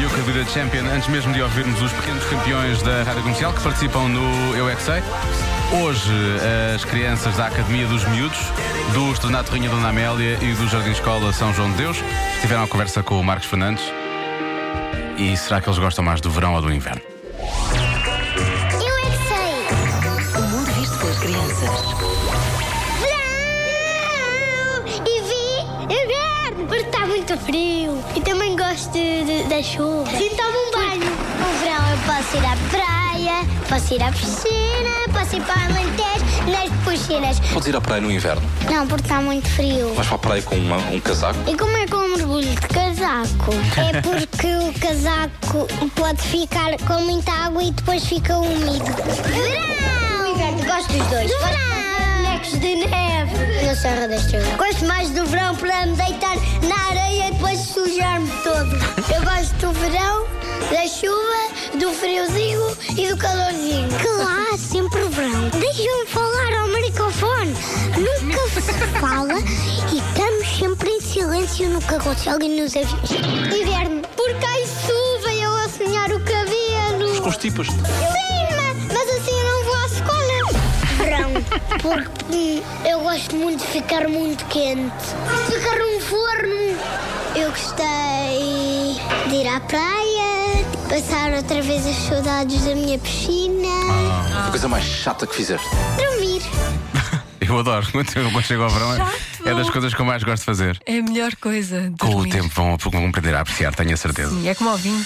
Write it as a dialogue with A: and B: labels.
A: E o Candido Champion, antes mesmo de ouvirmos os pequenos campeões da Rádio Comercial que participam no Eu É Que Sei. Hoje, eh, as crianças da Academia dos Miúdos, do Estrenato Rinha Dona Amélia e do Jardim Escola São João de Deus, tiveram a conversa com o Marcos Fernandes. E será que eles gostam mais do verão ou do inverno?
B: Eu é que sei!
C: O mundo visto pelas crianças.
B: Verão! E vi inverno! Porque está muito frio. E também gosto de, de- da chuva. E tomo um banho. No verão eu posso ir à praia, posso ir à piscina, posso ir para o Alentejo, nas piscinas.
D: Podes ir à praia no inverno.
B: Não, porque está muito frio.
D: Vais para a praia com uma- um casaco.
B: E como é que eu mergulho de casaco? É porque o casaco pode ficar com muita água e depois fica úmido. Verão! O inverno, gosto dos dois. Verão! Bonecos de neve. Na Serra da Estrela. Gosto mais do verão para me deitar na areia e depois sujar-me todo. Eu gosto do verão, da chuva, do friozinho e do calorzinho. Claro, sempre o verão. Deixa-me falar ao microfone. Nunca se fala e estamos sempre em silêncio no carro se alguém nos avisa. Inverno, porque há chuva e eu a sonhar o cabelo.
D: Constipas-te.
B: Sim, ma- mas assim eu não vou à escola. Verão, porque hum, eu gosto muito de ficar muito quente. Ficar num forno. Eu gostei de ir à praia, de passar outra vez as saudades da minha piscina,
D: A coisa mais chata que fizeste.
B: dormir.
A: Eu adoro, quando eu- quando chego ao verão, é-
E: Chato.
A: é das coisas que eu mais gosto de fazer.
E: É a melhor coisa.
A: Com o
E: dormir. é
A: tempo vão vão aprender a apreciar, tenho a certeza.
E: Sim, é como ao vinho.